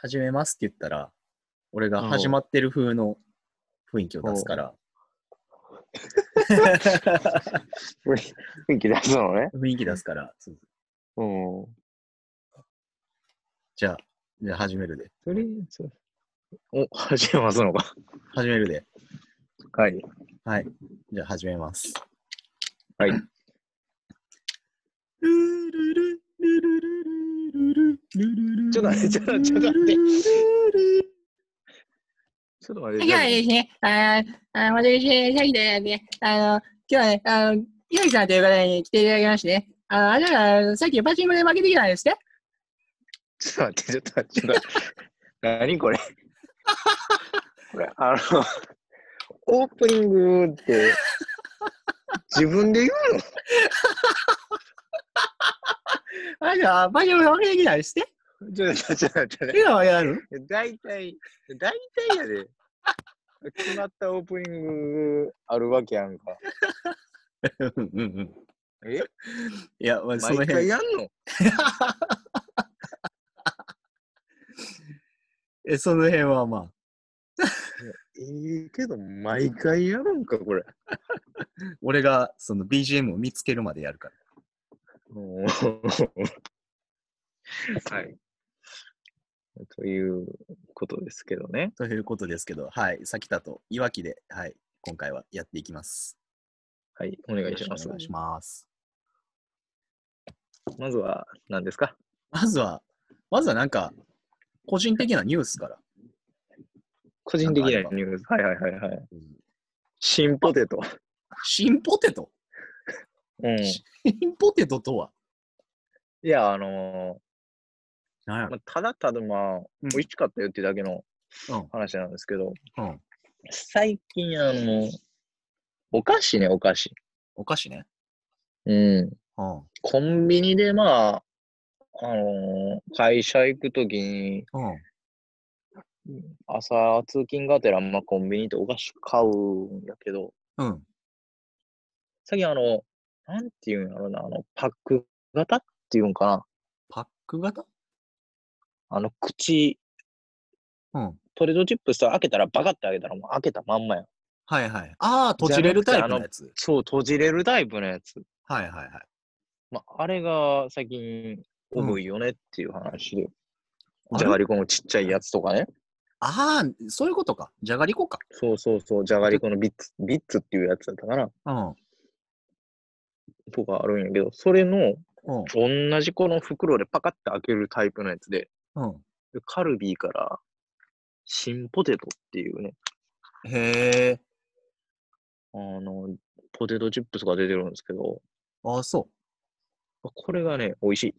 始めますって言ったら、俺が始まってる風の雰囲気を出すから、 雰囲気出すのね。 雰囲気出すから、そううん。じゃあ、じゃあ始めるで。それ、そう。お、始めますのか。始めるで。はい。はい。じゃあ始めます。はい。ちょっと待ってちょっと待ってちょっと待ってちょっと待って。今日はですね、あーあー、私、さっきでね、あの、今日はね、あの、ひろきさんという方に来ていただきましてね、あの、あなた、さっきパチンコで負けてきたんですね。ちょっと待って、ちょっと待って。ちょっと待って何これ。これ、あの、オープニングって、自分で言うのあなた、パチンコで負けてきたんですね。ちょっと待って、ちょっと待って。今はやる大体、大体やで。決まったオープニングあるわけやんか。うんうんうんえいや、まあ、その毎回辺、やんのえその辺はまあ、いいけど、毎回やるんか、これ。俺がその BGM を見つけるまでやるから。はい。 ということですけどね。ということですけど、はい、さきたといわきで、はい、今回はやっていきます。はい、お願いしまよすろくお願。いします。まずは何ですかまずは、まずはなんか、個人的なニュースから。個人的なニュース。はいはいはいはい。うん新ポテト。新ポテトうん。いし新ポテトとはや、あの何やーまあただただまあ、うん美味しかったよっていうだけのうん話なんですけど、ろうん。最近、あの、お菓子ね、お菓子。お菓子ね。うん。うん。コンビニでまあ、あのー会社行くときに、うん。朝通勤がてら、まあ、コンビニってお菓子買うんやけど、うん。最近あの、なんていうんやろな、あの、パック型っていうんかな。パック型あの、口、うん。トレードチップスさ、開けたら、バカって開けたら、もう開けたまんまやん。はいはい。ああ、閉じれるタイプのやつ。そう、閉じれるタイプのやつ。はいはいはい。まあ、あれが最近、重いよねっていう話で。あれじゃがりこのちっちゃいやつとかね。ああ、そういうことか。じゃがりこか。そうそうそう、じゃがりこのビッツ、ビッツっていうやつだったかな。うん。とかあるんやけど、それのうん。同じこの袋でパカッて開けるタイプのやつで、うん。カルビーから新ポテトっていうね、へえ。あの、ポテトチップスが出てるんですけど、ああ、そう。これがね、美味しい。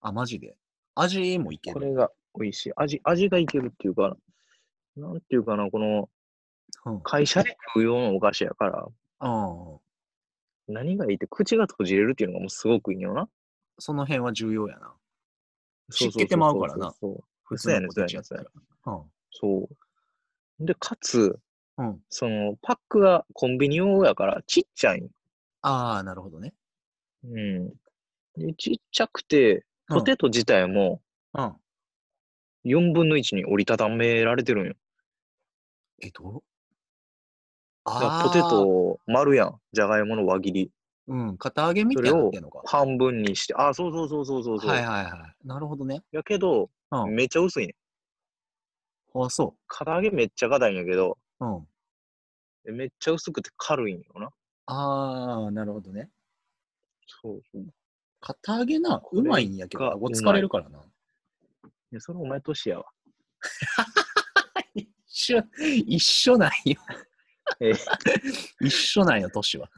あ、マジで。味もいけこる。れが美味しい。味、味がいけるっていうか、なんていうかな、このうん。会社で食う用のお菓子やから、うん。何がいいって口が閉じれるっていうのがもうすごくいいよな。その辺は重要やな。そう湿気てまうからなそうそう普そうや通ねの形やったら。うん。そうそう。で、かつ、うん。そのパックがコンビニ用やからちっちゃいんよああ、なるほどね。うん。でちっちゃくて、うんポテト自体もうん。 4分の1に折りたためられてるんよ。え、どうだからああ。ポテト。を丸やん。じゃがいもの輪切り。うん。片揚げみたいになってんのか。半分にして。あ、そうそうそうそうそうそう、はいはいはい。なるほどね。やけど、うん。めっちゃ薄いね。あ、そ唐揚げめっちゃ硬いんやけど、う。うん。めっちゃ薄くて軽いんよな。ああ、なるほどね。そうそう。片揚げな、れうまいんやけど、が顎疲れるからな。いや、それお前年やわ。一緒、一緒なんよ。え 一緒なんよ、年は。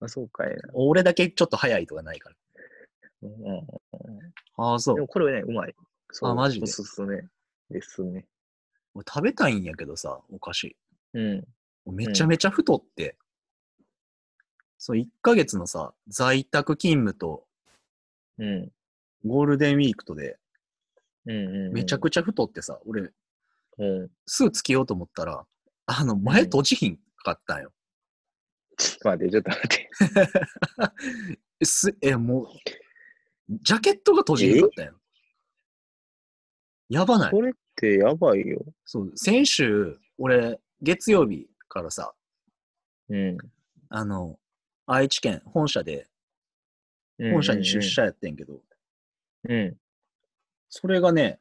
あ、そうかいな。俺だけちょっと早いとかないから。うん。ああ、そでうも。これね、うまい。そうあマジでおすすめですね。俺食べたいんやけどさ、お菓子。うん。めちゃめちゃ太って。そう、1ヶ月のさ、在宅勤務とうん。ゴールデンウィークとで、うんうん、うん。めちゃくちゃ太ってさ、俺、うん。スーツ着ようと思ったら、あの、前閉じひんかったんよ。 ちょっと待って、ちょっと待って。すえ、もう、ジャケットが閉じひんかったんよ。やばないこれってやばいよ。そう、先週、俺、月曜日からさ、うん。あの、愛知県本社で、本社に出。社やってんけど、うん。それがね、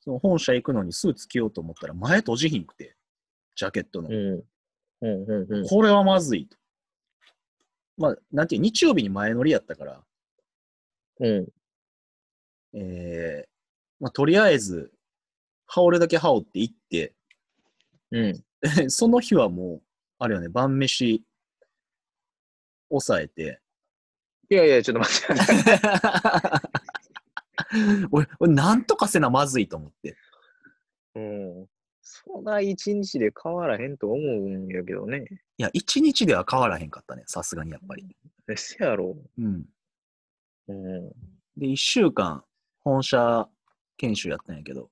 その本社行くのにスーツ着ようと思ったら前閉じひんくて、ジャケットのうん。。うん。うん。うん。これはまずいと。まあ、なんていう、日曜日に前乗りやったから、うん。えー、まあ、とりあえず、羽織るだけ羽織って行って、 うん。その日はもう、あれよね、晩飯、抑えて。いやいや、ちょっと待って待って。俺、俺なんとかせなまずいと思って。 うん。そんな一日で変わらへんと思うんやけどね。いや、一日では変わらへんかったね、さすがにやっぱり。せやろ。うん。うん。で、一週間、本社研修やったんやけど、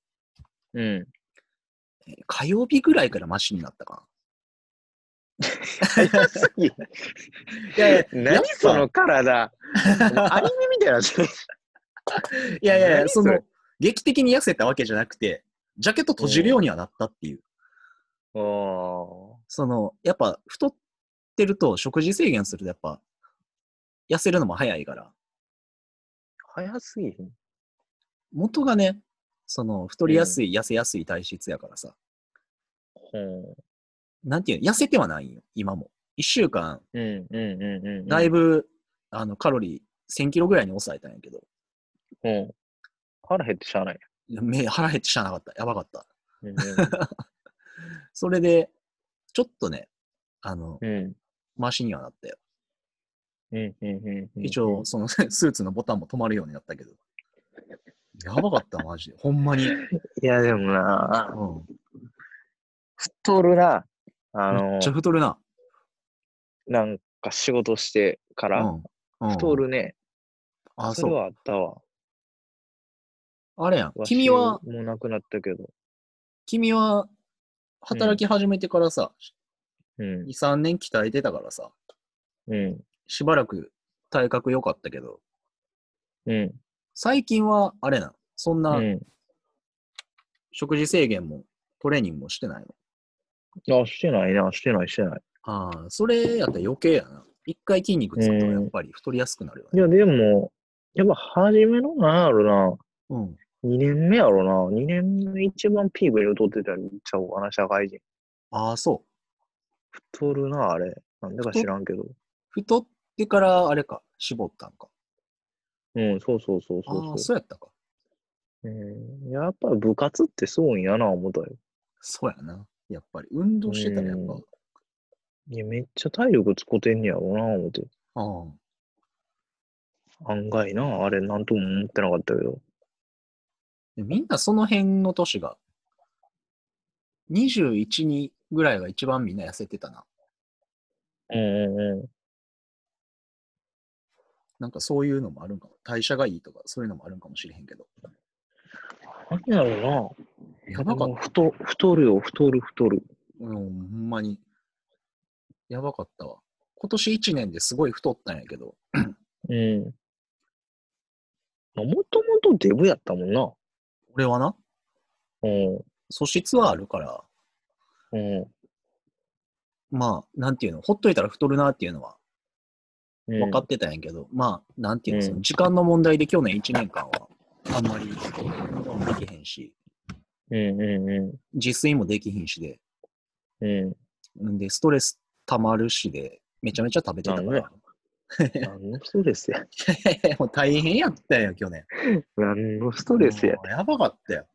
うん。えー火曜日ぐらいからマシになったか早 すぎる。な。いやいやっ何ぱその 体。もうアニメみ たいなやつ。いやいやいや、何そそれの、劇的に痩せたわけじゃなくて、ジャケット閉じるようにはなったっていう。ああ。その、やっぱ、太ってると、食事制限すると、やっぱ、痩せるのも早いから、早すぎひん。元がね、その、太りやすい、痩せやすい体質やからさ、ほなんていうの、痩せてはないんよ、今も。一週間、う。うん。うん。うん。うん。だいぶ、あの、カロリー1000キロぐらいに抑えたんやけど、うん。腹減ってしゃあない。目腹減ってしゃあなかった。やばかった。うんそれで、ちょっとね、あの、うん。マシにはなったよ。うん。うん。うん。一応、その スーツのボタンも止まるようになったけど。やばかった、マジで。ほんまに。ういや、でもな、ん。太るな。あめのっち、ゃ太るな。なんか仕事してかうら、ん。うん、太。るね。あ、そそれう。はあったわ。あれやん。わし君は、もうなくなったけど。君は、働き始めてからさ、うん2、。3年鍛えてたからさ、うん。しばらく体格良かったけど、うん。最近は、あれなん。そんう。なん食事制限もトレーニングもしてないの。あ、してないな、してない、してない。ああ、それやったら余計やな。一回筋肉つくとやっぱり太りやすくなるよいね。や、でも、やっぱ初めのなんやろうん。な、2年目やろな、2年目一番ピークに劣ってたりちゃうかな、社会人。ああ、そう。太るな、あれ。なんでか知らんけど。太ってからあれか、絞ったんか。うん、そうそうそうそうあそあ、う。そうやったか。うん、やっぱり部活ってすごいんやな、思ったよ。そうやな。やっぱり運動してたらやっぱうん、いや、めっちゃ体力つこてんねやろうな、思って。ああ。案外な、あれ、なんとも思ってなかったけど。でみんなその辺の年が、21、2ぐらいが一番みんな痩せてたな。うんうんうなんかそういうのもあるんかも。代謝がいいとか、そういうのもあるんかもしれへんけど。ん。なんやろやうな。ばかっもう太太るよ、太る、太る。た。うん、ほんまに。やばかったわ。今年1年ですごい太ったんやけど、うん。まあ、もともとデブやったもんな。俺はな、うん。素質はあるから、うまあ、なんていうの、ほっといたら太るなっていうのはん。分かっってたんやけど、まあ、なんていうの、うんその時間の問題で去年1年間は、あんまり運動もできへんし、うんうんう自炊もできひんしで、ん。うんで、ストレス溜まるしで、めちゃめちゃ食べてたかなんら、ん。 何のストレスや。 もう大変やったよ、去年。何のストレスや。もうやばかったよ。